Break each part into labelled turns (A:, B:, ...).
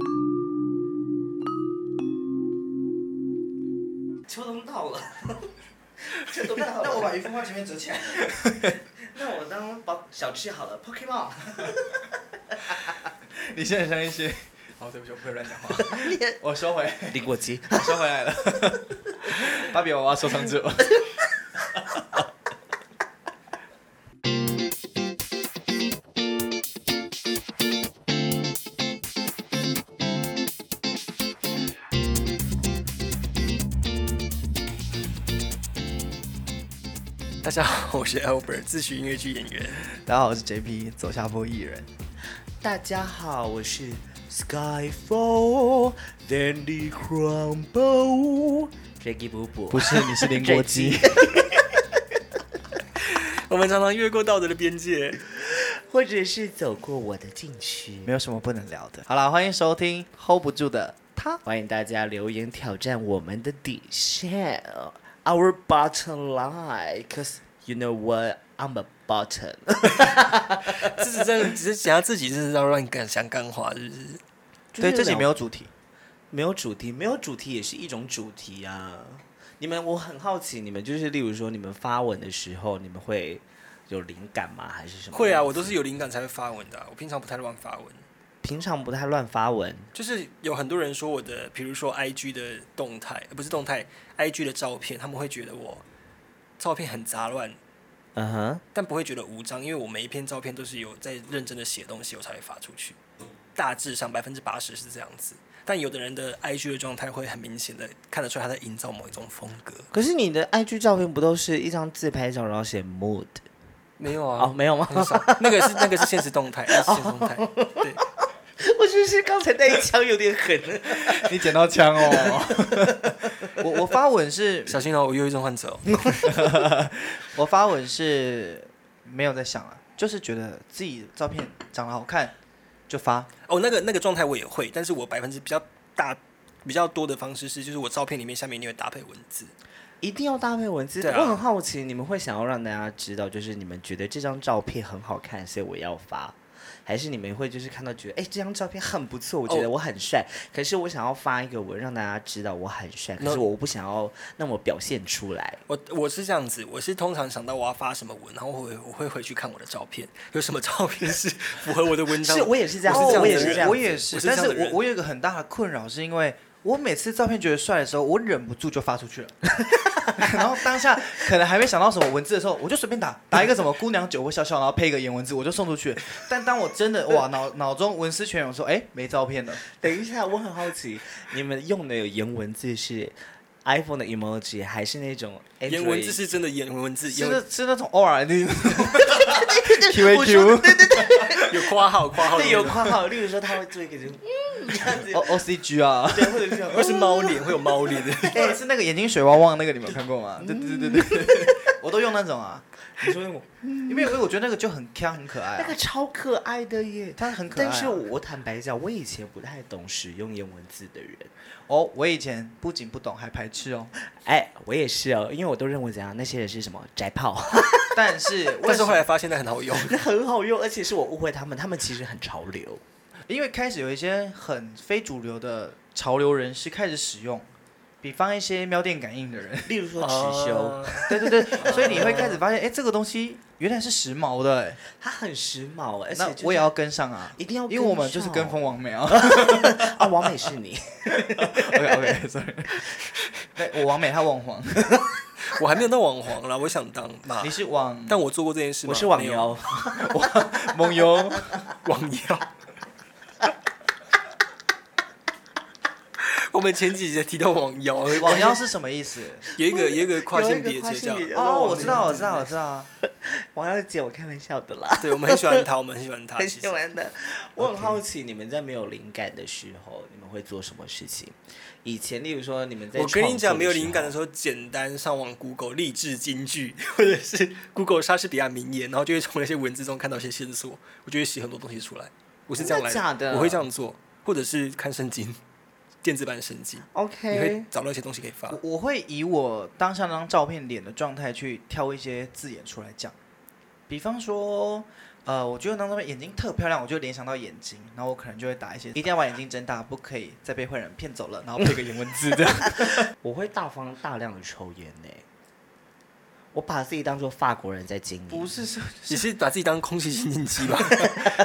A: 那那我把云风放前面折起来。 那我当宝小智好了，Pokemon。
B: 你现在像一些，哦，对不起，我不会乱讲话，
A: 你
B: 我收回，
A: 李果基。
B: 我收回来了。芭比娃娃收藏之我。
C: 大家好，我是 Albert，自诩音乐剧演员。
B: 大家好，我是 JP，走下坡艺人。
A: 大家好，我是 Skyfall Dandy Crumble Jacky 布布。
B: 不是，你是林国 基。
C: 我们常常越过道德的边界。
A: 或者是走过我的禁区。
B: 没有什么不能聊的。好啦，欢迎收听 Hold 不住的他。
A: 欢迎大家留言挑战我们的底线，Our bottom line，cause you know what I'm a bottom
C: 这是真的，只是想要自己真是要乱干想干话，是不是？
B: 对，这集没
A: 有
B: 有主题。
A: 没有主题，没有主题也是一种主题啊。你们，我很好奇，你们就是例如说，你们发文的时候，你们会有灵感吗？还是什么？
C: 会啊，我都是有灵感才会发文的啊、我平常不太乱发文。
A: 平常不太乱发文，
C: 就是有很多人说我的，比如说 IG 的动态，呃不是动态，IG 的照片，他们会觉得我照片很杂乱，
A: 嗯哼，
C: 但不会觉得无章，因为我每一篇照片都是有在认真的写东西，我才会发出去。大致上百分之八十是这样子，但有的人的 IG 的状态会很明显的看得出来他在营造某一种风格。
A: 可是你的 IG 照片不都是一张自拍照，然后写 mood
C: 没有
A: 哦，
C: 啊，
A: 没有 吗？
C: 很少。那个是那个是现实动态，那是现实动 态。对，
A: 我觉得是刚才那一枪有点狠。啊
B: 你捡到枪哦！ 我我发文是，
C: 小心哦，我忧郁症患者哦。
B: 我发文是没有在想啊，就是觉得自己照片长得好看就发。
C: 哦，那个那个状态我也会，但是我百分之比较大比较多的方式是，就是我照片里面下面一定会搭配文字。
A: 一定要搭配文字。
C: 对啊
A: 我很好奇，你们会想要让大家知道，就是你们觉得这张照片很好看，所以我要发，还是你们会就是看到觉得，哎，这张照片很不错，我
C: 哦
A: 觉得我很帅，可是我想要发一个文让大家知道我很帅，可
C: 那
A: 是我不想要那么表现出来。
C: 我我是这样子，我是通常想到我要发什么文，然后我会我会回去看我的照片，有什么照片是符合我的文章。
A: 是我也是这样，
C: 我是这
A: 啊
C: 样
A: 我
C: 的
A: 也
C: 人
A: 是这样，
B: 我也是
C: 我是
B: 但
C: 这
B: 是
C: 样的人
B: 我我有一个很大的困扰，是因为我每次照片觉得帅的时候，我忍不住就发出去了。 然后当下可能还没想到什么文字的时候，我就随便打打一个什么姑娘酒或笑笑，然后配一个颜文字，我就送出去了。但当我真的哇脑脑中文思泉涌，说哎没照片了，
A: 等一下，我很好奇，你们用的有颜文字是 iPhone 的 emoji 还是那种 Android？
C: 颜文字是真的颜文字，
B: 是
C: 有
B: 那是那种 O R 的 Q
A: 我说对
B: A Q
A: 对对，
C: 有括号括号的
A: 对
C: 那
A: 有
C: 种，
A: 括号，例如说他会做一个就是嗯这样子
B: O，O C G 啊，
A: 对，或者是这样
C: 会是猫脸，会有猫脸的。
B: 哎是那个眼睛水汪汪那个，你们有看过吗？对对对对对，我都用那种啊，
A: 你说那种
B: 因为我觉得那个就很 Q 很可爱
A: 那
B: 啊
A: 个，超可爱的耶，
B: 它很可爱啊。
A: 但是我坦白讲，我以前不太懂使用颜文字的人。
B: 哦，我以前不仅不懂，还排斥哦。
A: 哎，我也是哦，因为我都认为怎样那些人是什么宅炮，
B: 但是
C: 但
B: 为
C: 是
B: 什
C: 后
B: 么？
C: 来发现那很好用，
A: 那很好用，而且是我误会他们，他们其实很潮流。
B: 因为开始有一些很非主流的潮流人士开始使用，比方一些喵电感应的 人，
A: 例如说持修，
C: 啊
B: 对对对，所以你会开始发现，哎，这个东西原来是时髦的，哎，
A: 他很时髦，而且
B: 那
A: 就是
B: 我也要跟上啊，
A: 一定要跟
B: 因为
A: 上，
B: 我们就是跟风王美 啊。
A: 啊，王美是你，
B: OK OK，sorry，对，我王美，他网 黄，
C: 我还没有到网黄啦，我想当嘛
B: 你，是网
C: 但我做过这件事吗？
A: 我是网
C: 没有，
A: 游，
B: 梦游，
C: 网游。我们前几集提到网游，
B: 网妖是什么意思？
C: 有一个有一个跨性别
A: 有一个跨
C: 者
A: 性
C: 这样
A: 别，者
B: 哦，我知道，我知道，我知道啊。
A: 王小姐，我开玩笑的啦，
C: 对我们很喜欢他，我们很喜欢 他。
A: 很
C: 其
A: 喜
C: 实
A: 欢的。我很好奇，你们在没有灵感的时候，你们会做什么事情？以前，例如说你们在
C: 我跟你讲，没有灵感的
A: 时
C: 时候，简单上网 Google 励志金句， 或者是 Google 莎士比亚名言，然后就会从那些文字中看到一些线索，我就会写很多东西出来。我是这样来
A: 真的假的
C: 我会这样做，或者是看圣经，电子版圣经，
A: 候
C: 你会
A: ，OK，
C: 找到一些东西可以发。
B: 我我会以我当下那张照片脸的状态去挑一些字眼出来讲，比方说，呃，我觉得那张照片眼睛特漂亮，我就联想到眼睛，然后我可能就会打一些，一定要把眼睛睁大，不可以再被坏人骗走 了，然后配个英文字这样。
A: 我会大方大量的抽烟呢、我把自己当做法国人在经营，
B: 不 是社，
C: 你是把自己当空气清 净机吧？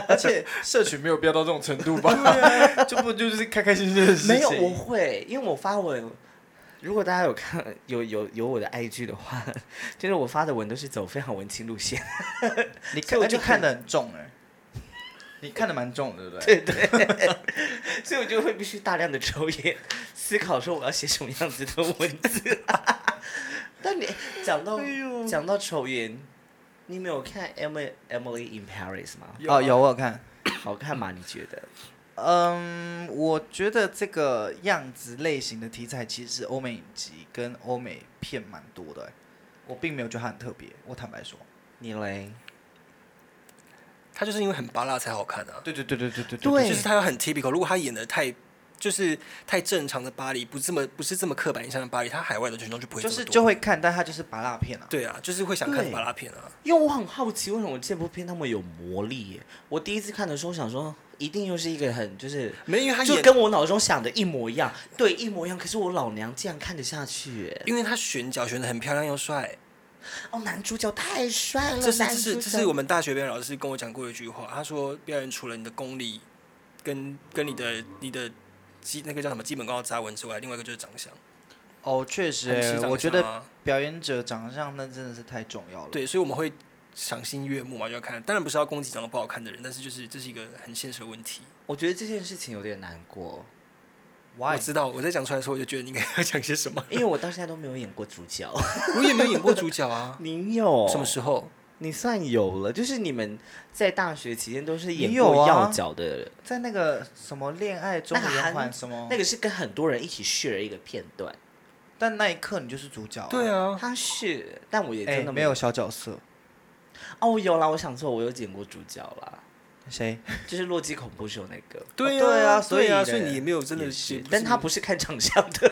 B: 而且 啊社群没有必要到这种程度吧？就不就是开开心心的事情？
A: 没有，我会，因为我发文，如果大家有看有有有我的 IG 的话， 就是我发的文都是走非常文青路线，所以
B: 你看，
A: 我
B: 而且
A: 就
B: 看得很重哎、你看得蛮重的，对不对？
A: 对对， 所以我就会必须大量的抽烟，思考说我要写什么样子的文字。 但你讲到、
B: 哎
A: 讲到抽烟，你没有看 Emily Emily in Paris 吗？
B: 哦，
C: 啊
B: 有我有看。
A: 好看吗？你觉得？
B: 嗯，我觉得这个样子类型的题材，其实欧美影集跟欧美片蛮多的欸、我并没有觉得它很特别，我坦白说。
A: 你嘞？
C: 他就是因为很拔辣才好看啊。
B: 对对对对对对
A: 对
C: 就是他要很 typical。如果他演的太就是太正常的巴黎，不这么不是这么刻板印象的巴黎，他海外的群众就不会这
B: 就
C: 么
B: 是
C: 多
B: 就会看，但它就是拔蜡片啊。
C: 对啊，就是会想看
A: 对
C: 巴拉片啊。
A: 因为我很好奇，为什么这部片那么有魔力耶？我第一次看的时候想说，一定又是一个很就是，
C: 没有，因为他
A: 就
C: 演，
A: 跟我脑中想的一模一样，对，一模一样。可是我老娘竟然看得下去耶！
C: 因为他选角选的很漂亮又帅，
A: 哦，男主角太帅了，
C: 这是
A: 男
C: 这
A: 主
C: 是
A: 角
C: 这是我们大学表演老师跟我讲过一句话，他说表演除了你的功力跟跟你的你的基那个叫什么基本功要扎稳之外，另外一个就是长相，
B: 哦，确实
C: 很吃
B: 欸，
C: 长
B: 我觉
C: 相
B: 得
C: 啊
B: 表演者长相那真的是太重要了。
C: 对，所以我们会赏心悦目嘛，就要看。当然不是要攻击长得不好看的人，但是就是这是一个很现实的问题。
A: 我觉得这件事情有点难过，
C: 我
B: Why？
C: 知道我在讲出来的时候，我就觉得你应该要讲些 什么。
A: 因为我到现在都没有演过主角。，
C: 我也没有演过主角啊
A: 你有？
B: 哦
C: 什么时候？
A: 你算有了，就是你们在大学期间都是
B: 你
A: 演
B: 有
A: 过
B: 啊
A: 要角的人，
B: 在那个什么恋爱中
A: 那个
B: 圆
A: 韩
B: 环什么，
A: 那个是跟很多人一起 share 一个片段。
B: 但那一刻你就是主角、啊。
C: 对
B: 啊，
C: 啊，
A: 他是，但我也
B: 哎、
A: 真的
B: 没有小角色，
A: 哦，有啦，我想错，我有剪过主角啦，
B: 谁？
A: 就是《洛基恐怖秀》那个，
C: 对
B: 哦对啊所
C: 所
B: 以
C: 啊，
B: 嘞
C: 所以你也没有真的
A: 也
C: 也
A: 是
C: 不是，
A: 但他不是看长相的，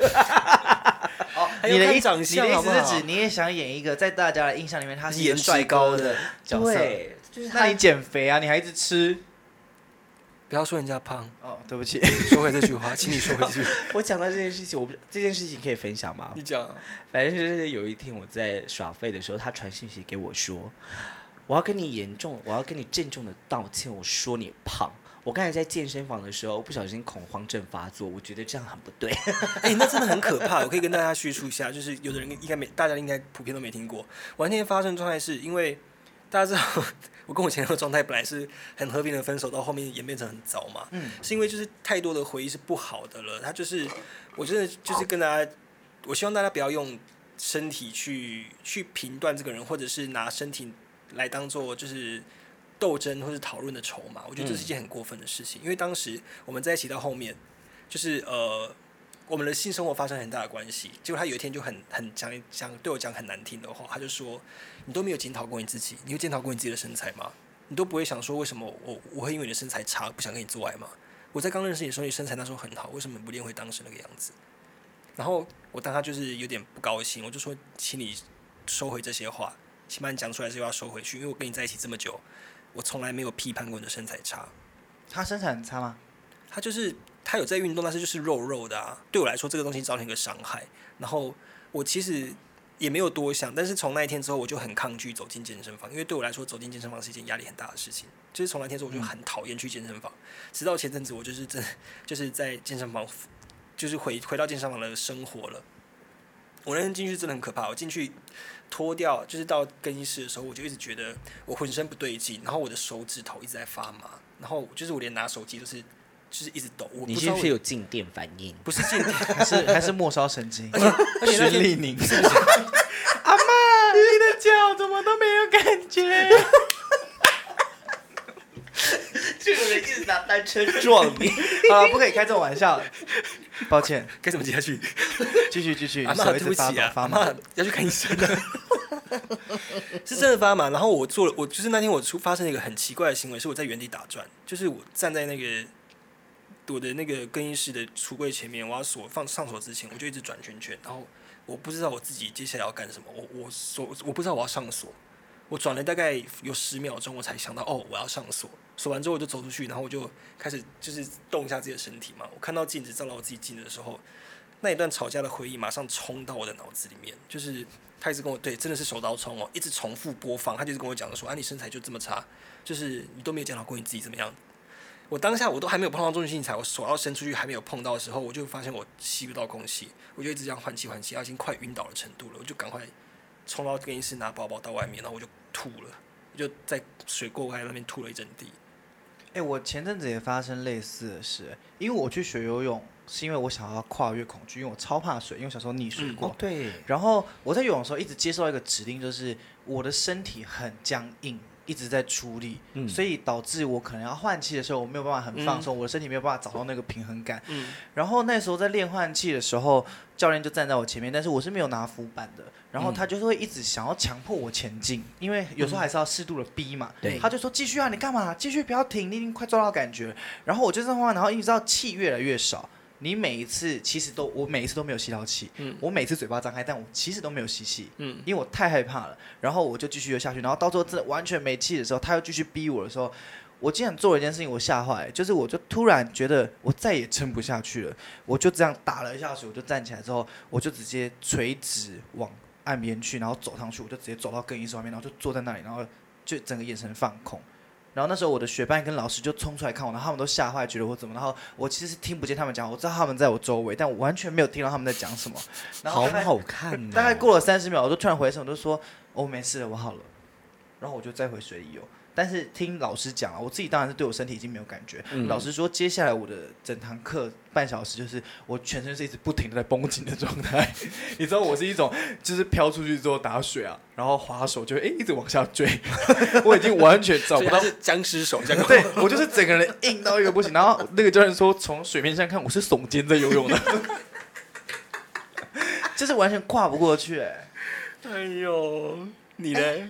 B: 哦
C: 还
B: 你
C: 要
B: 的
C: 看
B: 意
C: 长相
B: 你的意
C: 好不
B: 思
C: 好
B: 是指你也想演一个在大家的印象里面他是一个
C: 颜值
B: 帅高
C: 高
B: 的
C: 的
B: 角色？
A: 对，就是
B: 那
A: 他
B: 你。减肥啊，你还一直吃？
C: 不要说人家胖，
B: 哦，对不起，
C: 说回这句话，请你说回这句话，
A: 我讲到这件事情，我不这件事情可以分享吗？
C: 你讲啊。
A: 反正就是有一天我在耍废的时候，他传讯息给我说，我要跟你严重，我要跟你郑重的道歉，我说你胖。我刚才在健身房的时候不小心恐慌症发作，我觉得这样很不对。
C: 哎、那真的很可怕。我可以跟大家叙述一下，就是有的人应该没，大家应该普遍都没听过。我那天发生的状态是因为大家知道， 我跟我前任的状态本来是很和平的分手，到后面演变成很糟嘛。
B: 嗯
C: 是因为就是太多的回忆是不好的了。他就是，我真的就是跟大家，我希望大家不要用身体去去评断这个人，或者是拿身体来当做就是。斗争或是讨论的筹码，我觉得这是一件很过分的事情。因为当时我们在一起到后面，就是呃，我们的性生活发生很大的关系。结果他有一天就很很讲讲对我讲很难听的话，他就说：“你都没有检讨过你自己，你有检讨过你自己的身材吗？你都不会想说为什么我我会因为你的身材差不想跟你做爱吗？我在刚认识你的时候，你身材那时候很好，为什么不练回当时那个样子？”然后我当他就是有点不高兴，我就说：“请你收回这些话，请把你讲出来这些话收回去，因为我跟你在一起这么久，我从来没有批判过你的身材差。”
B: 他身材很差吗？
C: 他就是他有在运动，但是就是肉肉的啊。对我来说，这个东西造成一个伤害。然后我其实也没有多想，但是从那一天之后，我就很抗拒走进健身房，因为对我来说，走进健身房是一件压力很大的事情。就是从那天之后，我
A: 嗯
C: 就很讨厌去健身房。直到前阵子，我就是真就是在健身房，就是回回到健身房的生活了。我那天进去真的很可怕，我进去脱掉，就是到更衣室的时候，我就一直觉得我浑身不对劲，然后我的手指头一直在发麻，然后就是我连拿手机都是就是一直抖，我不
A: 你
C: 知
A: 是
C: 道
A: 不
C: 为
A: 是有静电反应？
C: 不是 健
B: 还是还是末梢神经？
C: 而且那
B: 徐
C: 天
B: 丽宁，
C: 是不是？
B: 阿妈，你的脚怎么都没有感 觉？
A: 就有人一直拿单车撞你。
B: 啊，不可以开这种玩笑，抱歉，
C: 该怎么接下去？
B: 继续继续，
C: 阿妈
B: 手一
C: 对
B: 直
C: 不
B: 发
C: 起
B: 抖
C: 啊，
B: 发
C: 阿
B: 麻
C: 妈。要去看医生的。 是真的发麻，然后我做了，我就是那天我出发生了一个很奇怪的行为，是我在原地打转，就是我站在那个我的那个更衣室的橱柜前面，我要锁放上锁之前，我就一直转圈圈，然后我不知道我自己接下来要干什么，我我锁我不知道我要上锁，我转了大概有十秒钟，我才想到哦我要上锁，锁完之后我就走出去，然后我就开始就是动一下自己的身体嘛，我看到镜子照到我自己镜子的时候，那一段吵架的回忆马上冲到我的脑子里面，就是他一直跟我对，真的是手刀冲哦，一直重复播放，他就是跟我讲说，啊，你身材就这么差，就是你都没有检讨过你自己怎么样。我当下我都还没有碰到中性材，我手要伸出去还没有碰到的时候，我就发现我吸不到空气，我就一直这样换气换气，啊已经快晕倒的程度了，我就赶快冲到更衣室拿包包到外面，然后我就吐了，我就在水沟盖那边吐了一整地。
B: 哎、我前阵子也发生类似的事，因为我去学游泳是因为我想要跨越恐惧，因为我超怕水，因为我小时候溺水
C: 嗯
B: 过。
A: 对，
B: 然后我在游泳的时候一直接受到一个指令，就是我的身体很僵硬，一直在出力，
A: 嗯
B: 所以导致我可能要换气的时候，我没有办法很放松，我的身体没有办法找到那个平衡感。
C: 嗯，
B: 然后那时候在练换气的时候，教练就站在我前面，但是我是没有拿浮板的。然
C: 嗯
B: 后他就是会一直想要强迫我前进，因为有时候还是要适度的逼嘛。
A: 对
B: 他就说继续啊，你干嘛？继续不要停，你已经快抓到感觉。然后我就这样换，然后一直到气越来越少。你每一次其实都，我每一次都没有吸到气，
C: 嗯
B: 我每次嘴巴张开，但我其实都没有吸气，
C: 嗯
B: 因为我太害怕了。然后我就继续游下去，然后到最后真的完全没气的时候，他又继续逼我的时候，我竟然做了一件事情，我吓坏了，就是我就突然觉得我再也撑不下去了，我就这样打了一下水，我就站起来之后，我就直接垂直往岸边去，然后走上去，我就直接走到更衣室外面，然后就坐在那里，然后就整个眼神放空。然后那时候我的学伴跟老师就冲出来看我，然后他们都吓坏，觉得我怎么？然后我其实是听不见他们讲，我知道他们在我周围，但我完全没有听到他们在讲什么。然后
A: 好
B: 大概
A: 好看、哦。
B: 大概过了三十秒，我就突然回神，我就说：“哦，没事了，我好了。”然后我就再回水里游。但是听老师讲了，啊我自己当然是对我身体已经没有感觉。
A: 嗯
B: 老师说，接下来我的整堂课半小时就是我全身是一直不停的在绷紧的状态。 你知道我是一种就是飘出去之后打水啊，然后划手就会哎一直往下坠， 我已经完全找
C: 所
B: 不
C: 以
B: 到
C: 他是僵尸手，这 样
B: 对啊我就是整个人硬到一个不行。然后那个教练说，从水面上看我是耸肩在游泳的， 就是完全跨不过去、哎
C: 哎呦，你嘞？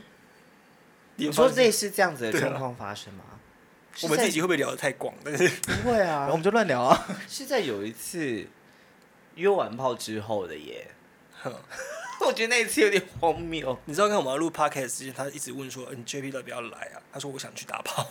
A: 你说类似这样子的
C: 对啊
A: 状况发生吗？
C: 我们自己会不会聊得太广？但是
A: 不会
B: 然后我
A: 啊，
B: 们就乱聊啊。
A: 是在有一次约完炮之后的耶。 我觉得那一次有点荒谬。
C: 你知道，刚刚我们要录 podcast 之前，他一直问说：“嗯、j p 到底要不要来啊？”他说：“我想去打 炮。”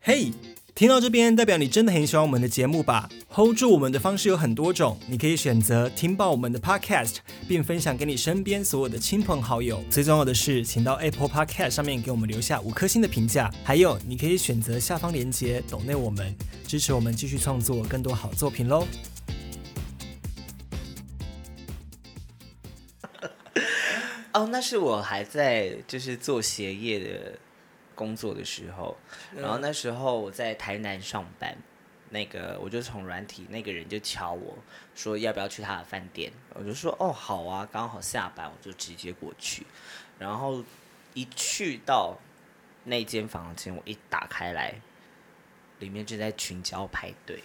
C: 嘿，听到这边，代表你真的很喜欢我们的节目吧？Hold 住我们的方式有很多种，你可以选择听爆我们的 podcast，并分享给你身边所有的亲朋好友。最重要的是，请到 Apple Podcast 上面给我们留下五颗星的评价。还有，你可以选择下方链接抖内我们，支持我们继续创作更多好作品喽。
A: 哦，那是我还在就是做鞋业的工作的时候，然后那时候我在台南上班，那个我就从软体那个人就敲我说要不要去他的饭店，我就说哦好啊，刚好下班我就直接过去，然后一去到那间房间，我一打开来，里面正在群交排队。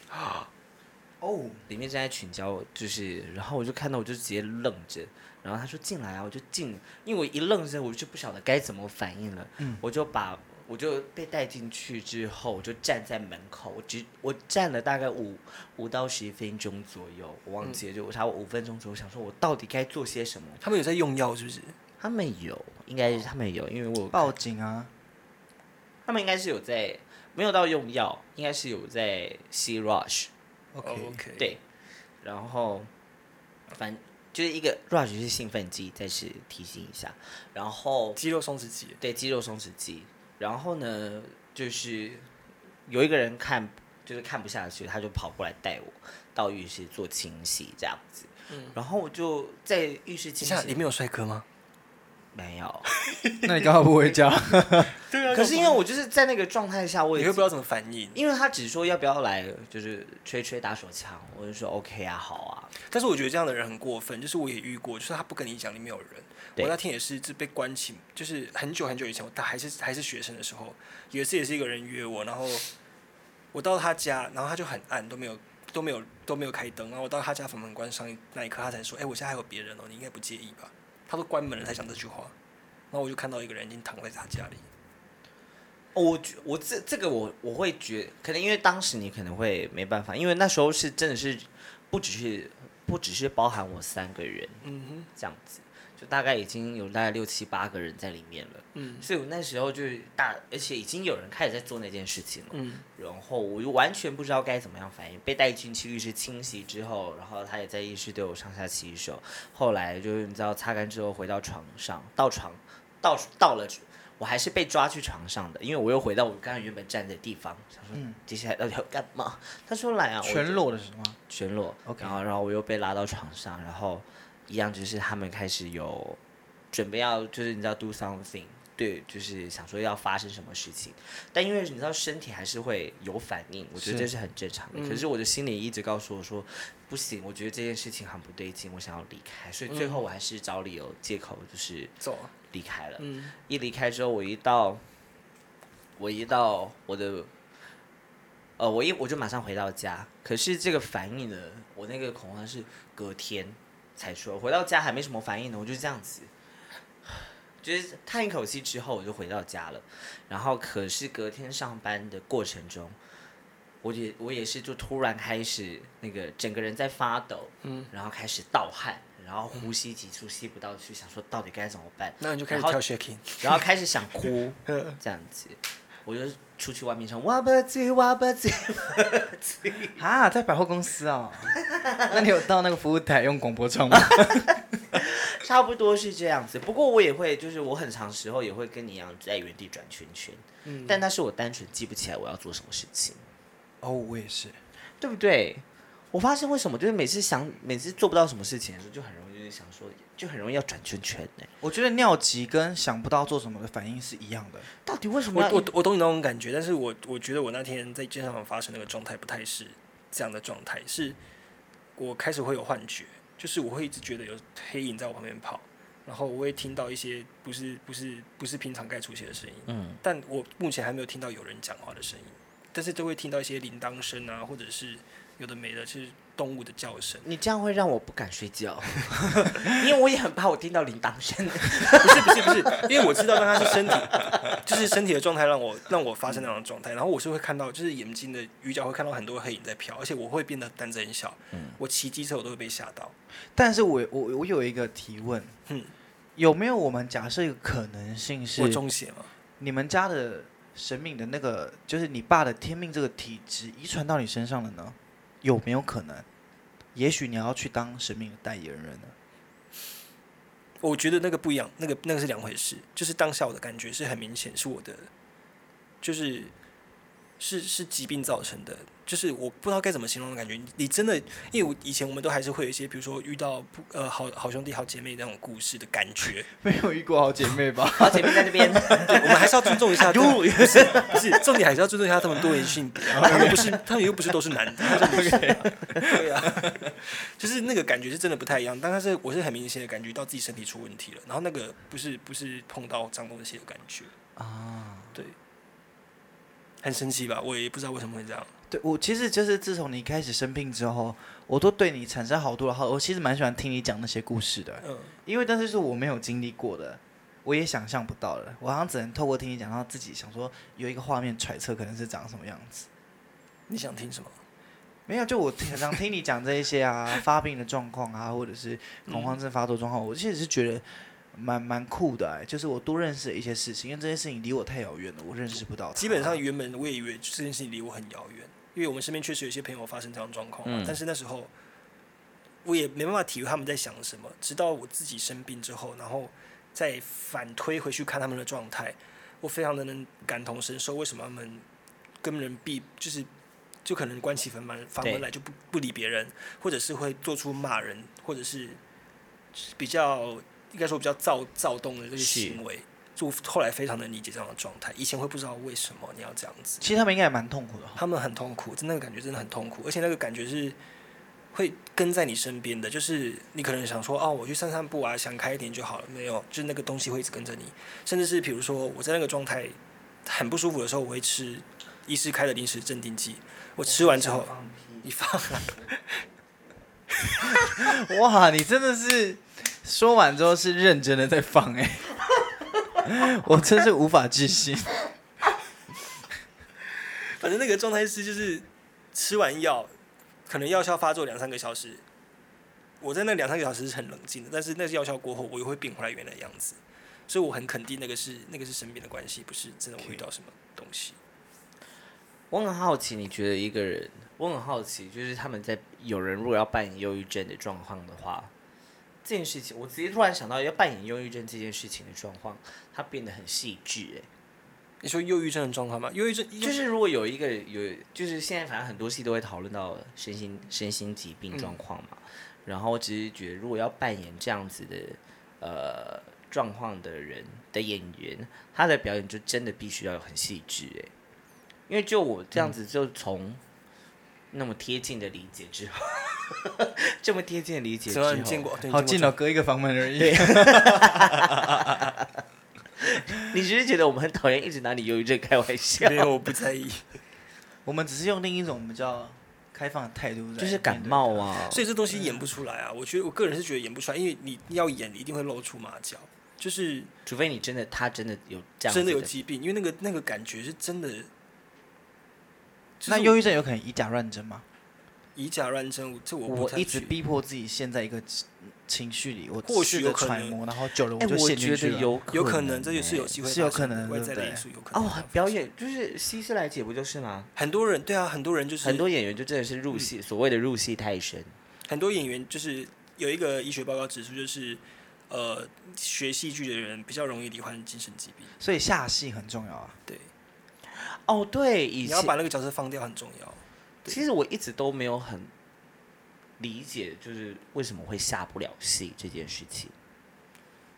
B: 哦，
A: 里面正在群交，就是，然后我就看到，我就直接愣着，然后他说进来啊，我就进，因为我一愣着，我就不晓得该怎么反应了，我就把我就被带进去之后，我就站在门口，我只我站了大概五五到十分钟左右，我忘记了，就我差不多五分钟左右，我想说我到底该做些什么？
C: 他们有在用药是不是？
A: 他们有，哦应该是他们有，因为我
B: 报警啊！
A: 他们应该是有在，没有到用药，应该是有在吸 rush，
C: 哦
B: OK
A: 对，然后反就是一个 rush 是兴奋剂，再次提醒一下。然后
C: 肌肉松弛肌，
A: 对肌肉松弛剂，然后呢就是有一个人看就是看不下去，他就跑过来带我到浴室做清洗这样子。然后我就在浴室
C: 底
A: 清
C: 嗯下
A: 洗
C: 里面有帅哥吗？
A: 没有，
B: 那你刚好不回家？
C: 对啊
A: 可是因为我就是在那个状态下，我
C: 你
A: 也
C: 会不知道怎么反应。
A: 因为他只说要不要来，就是吹吹打手枪，我就说 OK 啊，好啊，
C: 但是我觉得这样的人很过分，就是我也遇过，就是他不跟你讲里面有人。
A: 对
C: 我那天也是就被关起，就是很久很久以前，我大还是还是学生的时候，有一次也是一个人约我，然后我到他家，然后他就很暗，都没有都没有都没有开灯，然后我到他家房门关上那一刻，他才说：“哎、我家还有别人哦，你应该不介意吧？”他都关门了才讲这句话，然后我就看到一个人已经躺在他家里，
A: 哦，我觉我这这个我我会觉，可能因为当时你可能会没办法，因为那时候是真的是不只是不只是包含我三个人
C: 嗯
A: 这样子，就大概已经有大概六七八个人在里面了。
C: 嗯
A: 所以我那时候就是大，而且已经有人开始在做那件事情了。
C: 嗯，
A: 然后我就完全不知道该怎么样反应，被带进去浴室清洗之后，然后他也在浴室对我上下其手。后来就是你知道，擦干之后回到床上，到床到到了，我还是被抓去床上的，因为我又回到我刚刚原本站的地方，想说
B: 嗯
A: 接下来到底要干嘛？他说来啊，我
B: 全裸的是吗？
A: 全裸
B: OK
A: 然后然后我又被拉到床上，然后一样就是他们开始有准备要就是你知道 do something，对，就是想说要发生什么事情，但因为你知道身体还是会有反应，我觉得
B: 是
A: 这是很正常的。
C: 嗯
A: 可是我的心里一直告诉我说不行，我觉得这件事情很不对劲，我想要离开，所以最后我还是找理由借口就是
C: 走啊，
A: 离开了。
C: 嗯，
A: 一离开之后，我一到，我一到我的，呃，我一我就马上回到家。可是这个反应呢，我那个恐慌是隔天才说，回到家还没什么反应呢，我就这样子，就是叹一口气之后，我就回到家了。然后可是隔天上班的过程中。我也我也是，就突然开始那个整个人在发抖，
C: 嗯，
A: 然后开始盗汗，然后呼吸急促，吸不到气，想说到底该怎么办。
C: 那你就开始
A: 然后
C: 跳 shaking，
A: 然后开始想哭，这样子，我就出去外面唱哇吧唧哇吧唧，
B: 啊，在百货公司 啊、那你有到那个服务台用广播唱吗？
A: 差不多是这样子。不过我也会，就是我很长时候也会跟你一样在原地转圈圈，
C: 嗯，
A: 但那是我单纯记不起来我要做什么事情，
B: 哦，我也是。
A: 对不对？我发现为什么就是每次想每次做不到什么事情的时候，就很容易就是想说，就很容易要转圈圈呢、
B: 我觉得尿急跟想不到做什么的反应是一样的。
A: 到底为什么
C: 我
A: 要
C: 我我懂你那种感觉，但是我我觉得我那天在健身房发生那个状态不太是这样的状态，是我开始会有幻觉，就是我会一直觉得有黑影在我旁边跑，然后我会听到一些不是不是不是平常该出现的声音，
A: 嗯，
C: 但我目前还没有听到有人讲话的声音，但是都会听到一些铃铛声啊，或者是有的没的，是动物的叫声。
A: 你这样会让我不敢睡觉， 因为我也很怕我听到铃铛声。
C: 不是不是不是，因为我知道那他是身体，就是身体的状态让我让我发生那种状态，然后我是会看到，就是眼睛的鱼角会看到很多黑影在飘，而且我会变得胆子很小。我骑机车我都会被吓到。
B: 但是我我我有一个提问，
C: 嗯，
B: 有没有我们假设一个可能性
C: 我
B: 是，
C: 中邪嘛？
B: 你们家的神明的那个，就是你爸的天命这个体质遗传到你身上了呢？有没有可能？也许你要去当神明的代言人呢？
C: 我觉得那个不一样，那个那个是两回事。就是当下我的感觉是很明显，是我的，就是是是疾病造成的。就是我不知道该怎么形容的感觉。你真的，因为我以前我们都还是会有一些，比如说遇到不呃好好兄弟、好姐妹那种故事的感觉，
B: 没有遇过好姐妹吧？
A: 好，前面在这边，
C: 对，我们还是要尊重一下。对不是不是，重点还是要尊重一下他们多元 性别啊，他们不是，他们又不是都是男的，他们是女生啊对啊， 就是那个感觉是真的不太一样。但是我是很明显的感觉到自己身体出问题了，然后那个不是不是碰到脏东西的感觉，
B: 啊，
C: 对，很神奇吧？我也不知道为什么会这样。
B: 对我其实就是自从你开始生病之后，我都对你产生好多的好，我其实蛮喜欢听你讲那些故事的。
C: 嗯，
B: 因为但是是我没有经历过的，我也想象不到的。我好像只能透过听你讲到自己想说有一个画面揣测可能是长什么样子。
C: 你想听什么？
B: 没有，就我常常听你讲这一些 啊，发病的状况啊，或者是恐慌症发作状况，我其实是觉得蛮蛮酷的、哎，就是我多认识了一些事情，因为这些事情离我太遥远了，我认识不到它。啊
C: 基本上原本我也以为这件事情离我很遥远，因为我们身边确实有一些朋友发生这样的状况嘛、
A: 嗯
C: 但是那时候我也没办法体会他们在想什么，直到我自己生病之后，然后再反推回去看他们的状态，我非常的能感同身受，为什么他们跟人避就是。就可能关起房门房门来就不不理别人，或者是会做出骂人，或者是比较应该说比较躁躁动的这些
A: 是
C: 行为，就后来非常能理解这样的状态。以前会不知道为什么你要这样子，
B: 其实他们应该也蛮痛苦的哦。
C: 他们很痛苦，真的感觉真的很痛苦，而且那个感觉是会跟在你身边的，就是你可能想说哦，我去散散步啊，想开一点就好了，没有，就是那个东西会一直跟着你，甚至是比如说我在那个状态很不舒服的时候，我会吃医师开的临时镇定剂，我吃完之后，你放了，
B: 哇，你真的是说完之后是认真的在放 哎、我真是无法置信。
C: 反正那个状态是就是吃完药，可能药效发作两三个小时，我在那两三个小时是很冷静的，但是那是药效过后，我又会变回来原来的样子，所以我很肯定那个是那个是身边的关系，不是真的我遇到什么东西。
A: 我很好奇，你觉得一个人，我很好奇，就是他们在有人如果要扮演忧郁症的状况的话，这件事情，我直接突然想到要扮演忧郁症这件事情的状况，它变得很细致、欸，
C: 你说忧郁症的状况吗？忧郁症
A: 就是如果有一个有，就是现在反正很多戏都会讨论到身心身心疾病状况嘛，然后我只是觉得如果要扮演这样子的呃状况的人的演员，他的表演就真的必须要很细致哎，因为就我这样子就从那么贴近的理解之后， 这么贴近的理解之
C: 只要你见
A: 后，
C: 过， 对
B: 好
C: 你
B: 近
C: 见过
B: 哦，隔一个房门而已。
A: 你只是觉得我们很讨厌一直拿你忧郁症开玩 笑
C: 没，有，我不在意。
B: 我们只是用另一种比较开放的态度在面对它，
A: 就是感冒啊，
C: 所以这东西演不出来啊！我觉得我个人是觉得演不出来，因为你要演，你一定会露出马脚，就是
A: 除非你真的他真的有这样子
C: 真的有疾病，因为那个那个感觉是真的。
B: 那忧郁症有可能以假乱真吗？
C: 以假乱真，这我不
B: 我
C: 太
B: 一直
C: 确
B: 逼迫自己陷在一个情情绪里，我
C: 或许
B: 试着
C: 有可能
B: 揣摩，然后久了
A: 哎，
B: 就
A: 我
B: 陷进
A: 觉
B: 去
A: 得
B: 了。
A: 有
C: 有
A: 可
C: 可
A: 能哎
C: 能，这就是有机会
B: 是有
C: 发生
B: 可能
C: 的外
B: 对
C: 在
B: 不
C: 的
B: 对
C: 因素有可能
A: 哦，表演就是希斯莱姐不就是吗？
C: 很多人对啊，很多人就是
A: 很多演员就真的是嗯入戏，所谓的入戏太深。
C: 很多演员就是有一个医学报告指出，就是呃，学戏剧的人比较容易罹患精神疾病。
B: 所以下戏很重要啊。
C: 对，
A: 哦，对，
C: 你
A: 以
C: 要
A: 前
C: 把那个角色放掉很重要。对
A: 其实我一直都没有很理解，就是为什么会下不了戏这件事情。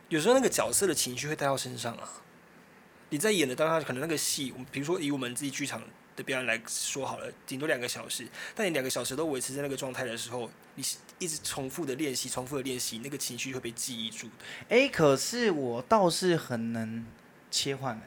C: 有时候那个角色的情绪会带到身上啊。你在演的当下，可能那个戏，我们比如说以我们自己剧场的表演来说好了，顶多两个小时，但你两个小时都维持在那个状态的时候，你一直重复的练习，重复的练习，那个情绪会被记忆住的。
B: 哎，可是我倒是很能切换的、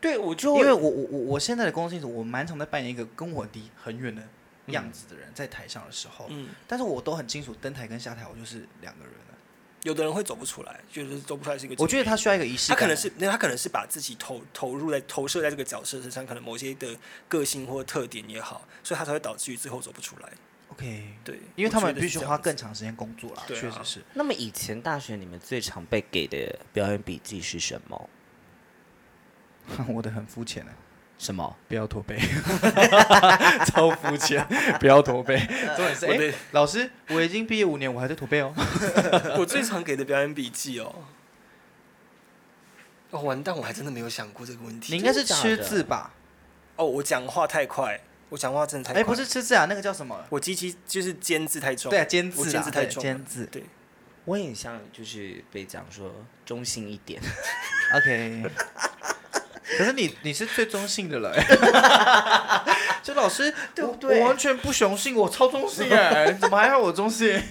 A: 对，我就
B: 因为我我我我现在的工作性质，我蛮常在扮演一个跟我离很远的样子的人，在台上的时候，
C: 嗯，
B: 但是我都很清楚登台跟下台，我就是两个人了。
C: 有的人会走不出来，有的人走不出来是一个。
B: 我觉得他需要一个仪式
C: 他
B: 感啊，
C: 可能是，那他可能是把自己投投入在投射在这个角色身上，可能某些的个性或特点也好，所以他才会导致于最后走不出来。
B: OK，
C: 对，
B: 因为他
C: 我觉
B: 们
C: 得
B: 必
C: 是
B: 须
C: 这样
B: 花
C: 子
B: 更长时间工作啦，
C: 对啊
B: 确实是。
A: 那么以前大学你们最常被给的表演笔记是什么？
B: 我的很肤浅的，欸
A: 什么？
B: 不要驼背， 超肤浅， 不要驼背。重点是，
C: 我
B: 哎、
C: 的
B: 老师，我已经毕业五年，我还在驼背 哦。
C: 我最常给的表演笔记哦。哦，完蛋！我还真的没有想过这个问题。
B: 你应该是
A: 真的
B: 吃
A: 假的
B: 字吧？
C: 哦，我讲话太快，我讲话真的太
B: 哎、不
C: 快。
B: 是，吃字啊，那个叫什么？
C: 我机器就是尖字太重。
B: 对、啊，尖
C: 我
B: 字
C: 尖
B: 啊，
C: 字太
B: 对
C: 重了
B: 尖 字。
C: 对，
A: 我也很像就是被讲说中性一点，
B: OK。可是你你是最中性的了、 就老师，
A: 对
B: 我
A: 不对
B: 我完全不雄性，我超中性哎、 你怎么还要我中性？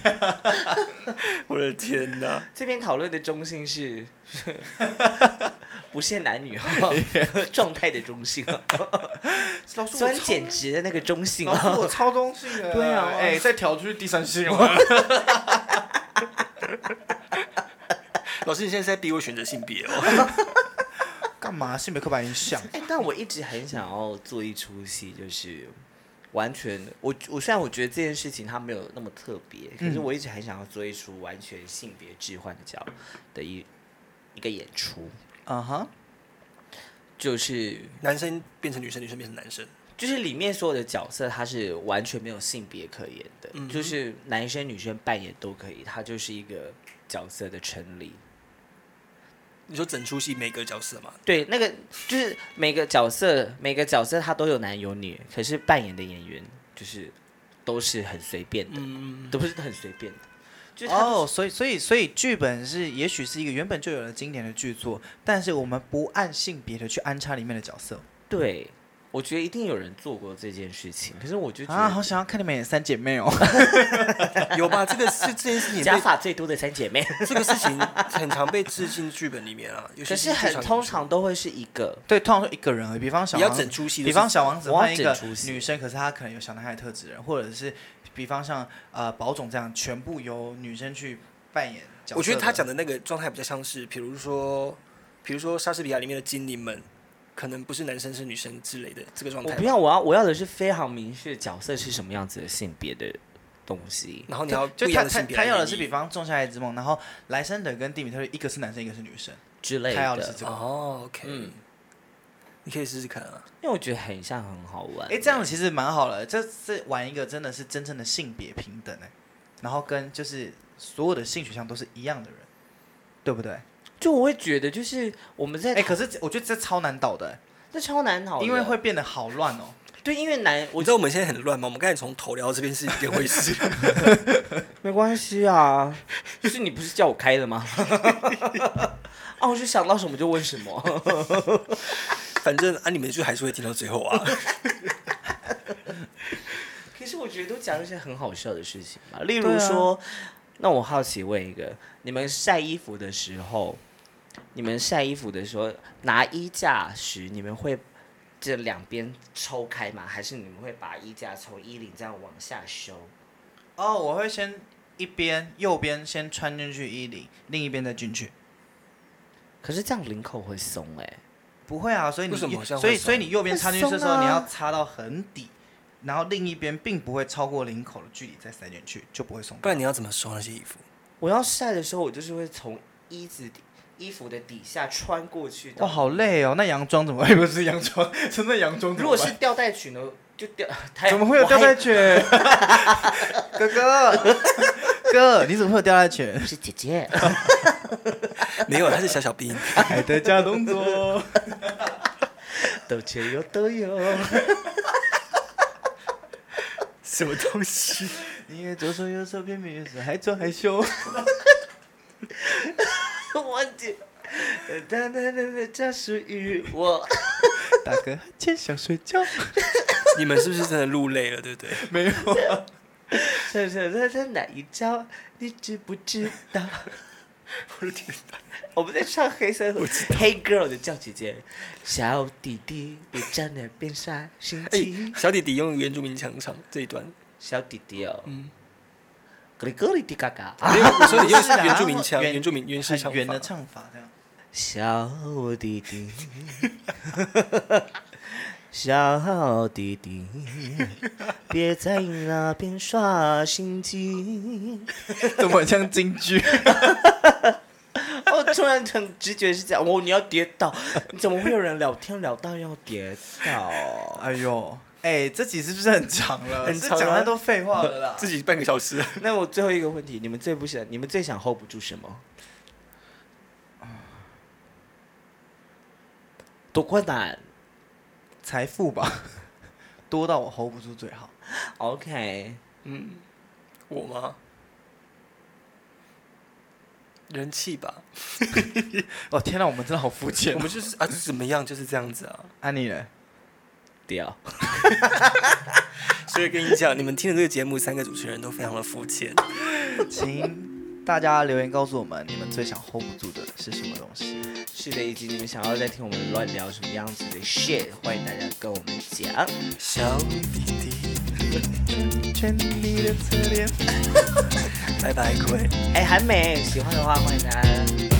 C: 我的天哪！
A: 这边讨论的中性是 不限男女哈， 状态的中性，哦
B: 老师，我
A: 酸
B: 超
A: 碱值的那个中性
C: 哦
B: 老
A: 啊。
B: 师，我超中性 的。
A: 对啊
B: 哎、再调出去第三性哦了。
C: 老师，你现在是在逼我选择性别哦？
B: 干嘛？性别刻板印象？
A: 哎、但我一直很想要做一出戏，就是完全我我虽然我觉得这件事情它没有那么特别，可
C: 嗯
A: 是我一直很想要做一出完全性别置换的角的一一个演出，
B: 啊哈，
A: 就是
C: 男生变成女生，女生变成男生。
A: 就是里面所有的角色，它是完全没有性别可言的，
C: 嗯哼
A: 就是男生女生扮演都可以，它就是一个角色的成立。
C: 你说整出戏每个角色 嘛？
A: 对，那个就是每个角色，每个角色他都有男有女，可是扮演的演员就是都是很随便的，
C: 嗯，
A: 都不是很随便的，就是他
B: 哦，所以所以所以剧本是，也许是一个原本就有的经典的剧作，但是我们不按性别的去安插里面的角色
A: 对。我觉得一定有人做过这件事情，可是我就觉得、
B: 啊，好想要看你们演三姐妹 哦。
C: 有吧？这个是这件事情也
A: 假
C: 被
A: 发最多的三姐 妹，
C: 这个事情很常被致敬剧本里面啊，尤
A: 可
C: 其
A: 是很通常都会是一个，
B: 对，通常说一个人而已，比方小
C: 也要
B: 王子
C: 整，出戏的
B: 比
C: 是，
B: 方小王子
A: 我要
B: 换一个
A: 整出戏
B: 女生，可是她可能有小男孩的特质人，或者是比方像呃宝总这样，全部由女生去扮演角色。
C: 我觉得他讲，的那个状态比较像是，比如说，比如说莎士比亚里面的精灵们，可能不是男生是女生之类的这个状
A: 我
C: 态
A: 不。要，我要我要的是非常明确角色是什么样子的性别的东西。
C: 然后你要
B: 就
C: 不一
B: 他
C: 样的
B: 他
C: 性别
B: 他
C: 来
B: 要的是，
C: 定义
B: 比方《仲夏夜之梦》，然后莱森德跟蒂米特一个是男生，一个是女生，
A: 之类
B: 他要的是
A: 的，
B: 这个。
C: 哦，OK，
B: 嗯
C: 你可以试试看啊。
A: 因为我觉得很像很好玩。
B: 哎，这样其实蛮好了，这这玩一个真的是真正的性别平等哎，然后跟就是所有的性取向都是一样的人，对不对？
A: 就我会觉得就是我们在
B: 哎，可是这我觉得这超难倒的，
A: 这超难
B: 哎
A: 讨，
B: 因为会变得好乱哦。
A: 对，因为难，
C: 我
A: 我
C: 知道我们现在很乱吗？我们刚才从头聊到这边是一件回事，
A: 没关系啊， 就是你不是叫我开的 吗？啊，我就想到什么就问什么。
C: 反正啊，你们就还是会听到最 后啊。
A: 可是我觉得都讲一些很好笑的事情嘛，例如说，那我好奇问一个，你们晒衣服的时候，你们晒衣服的时候拿衣架时，你们会这两边抽开吗？还是你们会把衣架从衣领这样往下收？
B: 哦，我会先一边右边先穿进去衣领，另一边再进去。
A: 可是这样领口会松哎、
B: 不会啊，所以你
C: 为什么好像
B: 所以
C: 会松
B: 所以你右边插进去的时候，
A: 会松啊
B: 你要插到很底，然后另一边并不会超过领口的距离再塞进去，就不会松
C: 不。然你要怎么收那些衣服？
A: 我要晒的时候，我就是会从衣子底衣服的底下穿过去的。
B: 哇，好累哦！那洋装怎么会不是洋装？ 真的洋装怎
A: 如果
B: 么办？
A: 是吊带裙呢，就吊。太
B: 怎么会有吊？带
A: 我
B: 裙？ 哥哥， 哥，你怎么会有吊带裙
A: 还？是姐姐。
C: 没有，它啊是小小 兵。
B: 海德加动作，
A: 都且有都有。
C: 什么东西？
B: 你的左手右手偏偏右手，还装害羞。
A: 我姐，哒哒哒哒，这属于我。
B: 打个哈欠想睡觉，
C: 你们是不是真的录累了，对不哎对？
B: 没有啊？
A: 这这这这哪一招？你知不知道？
C: 我的天，
A: 我们在唱黑色黑 girl 的叫姐姐，小弟弟别站那边耍心机
C: 哎，。小弟弟用原住民腔唱这一段，
A: 小弟弟哦，
C: 嗯，
A: 格里格里滴嘎嘎。
C: 没有，我说你用
B: 是啊
C: 原住民腔，
B: 原
C: 原住民原始
B: 很
C: 腔
B: 圆
C: 法
B: 的。唱法这样。
A: 小弟弟， 小弟弟，别在那边耍心机。
B: 怎么很像京剧？
A: 哦，突然很直觉是这样，哦，你要跌倒，你怎么会有人聊天聊到要跌倒？
B: 哎呦，哎、这集是不是很长了？
A: 很
B: 是
A: 长
B: 讲
A: 啊
B: 太多废话了 啦。
C: 自己半个小时，
A: 那我最后一个问题，你们最不想，你们最想 hold 不住什 么？多困难
B: 财富吧，多到我 hold 不住最好。
A: ？OK，
C: 嗯， 我吗？人气吧，
B: 哦天哪，我们真的好肤浅
C: 我们就是啊，怎么样就是这样子啊。
B: 安妮人，
A: 掉。
C: 所以跟你讲，你们听的这个节目，三个主持人都非常的肤浅。
B: 请大家留言告诉我们，你们最想 hold 不住的是什么东西？
A: 是的，以及你们想要再听我们乱聊什么样子的 shit，欢迎大家跟我们讲。
C: 小弟弟，
B: 全你的侧脸。
C: 拜拜，快。
A: 哎，还美，喜欢的话欢迎大家